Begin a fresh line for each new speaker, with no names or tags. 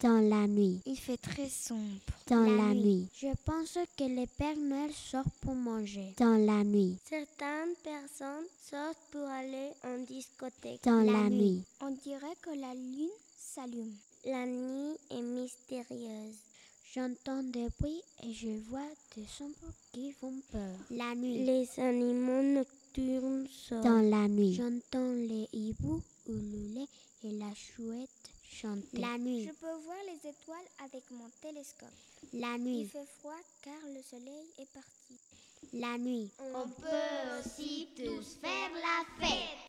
Dans la nuit,
Il fait très sombre.
dans la nuit,
Je pense que les Pères Noël sortent pour manger.
dans la nuit,
Certaines personnes sortent pour aller en discothèque.
dans la nuit,
On dirait que la lune s'allume. La nuit est mystérieuse. J'entends des bruits et je vois des sombres qui font peur.
la nuit,
Les animaux nocturnes
dans
sortent.
la nuit,
J'entends les hiboux ululer et la chouette chanter.
la nuit,
Je peux voir les étoiles avec mon télescope.
la
Il
nuit,
fait froid car le soleil est parti.
la nuit.
On peut aussi tous faire la fête.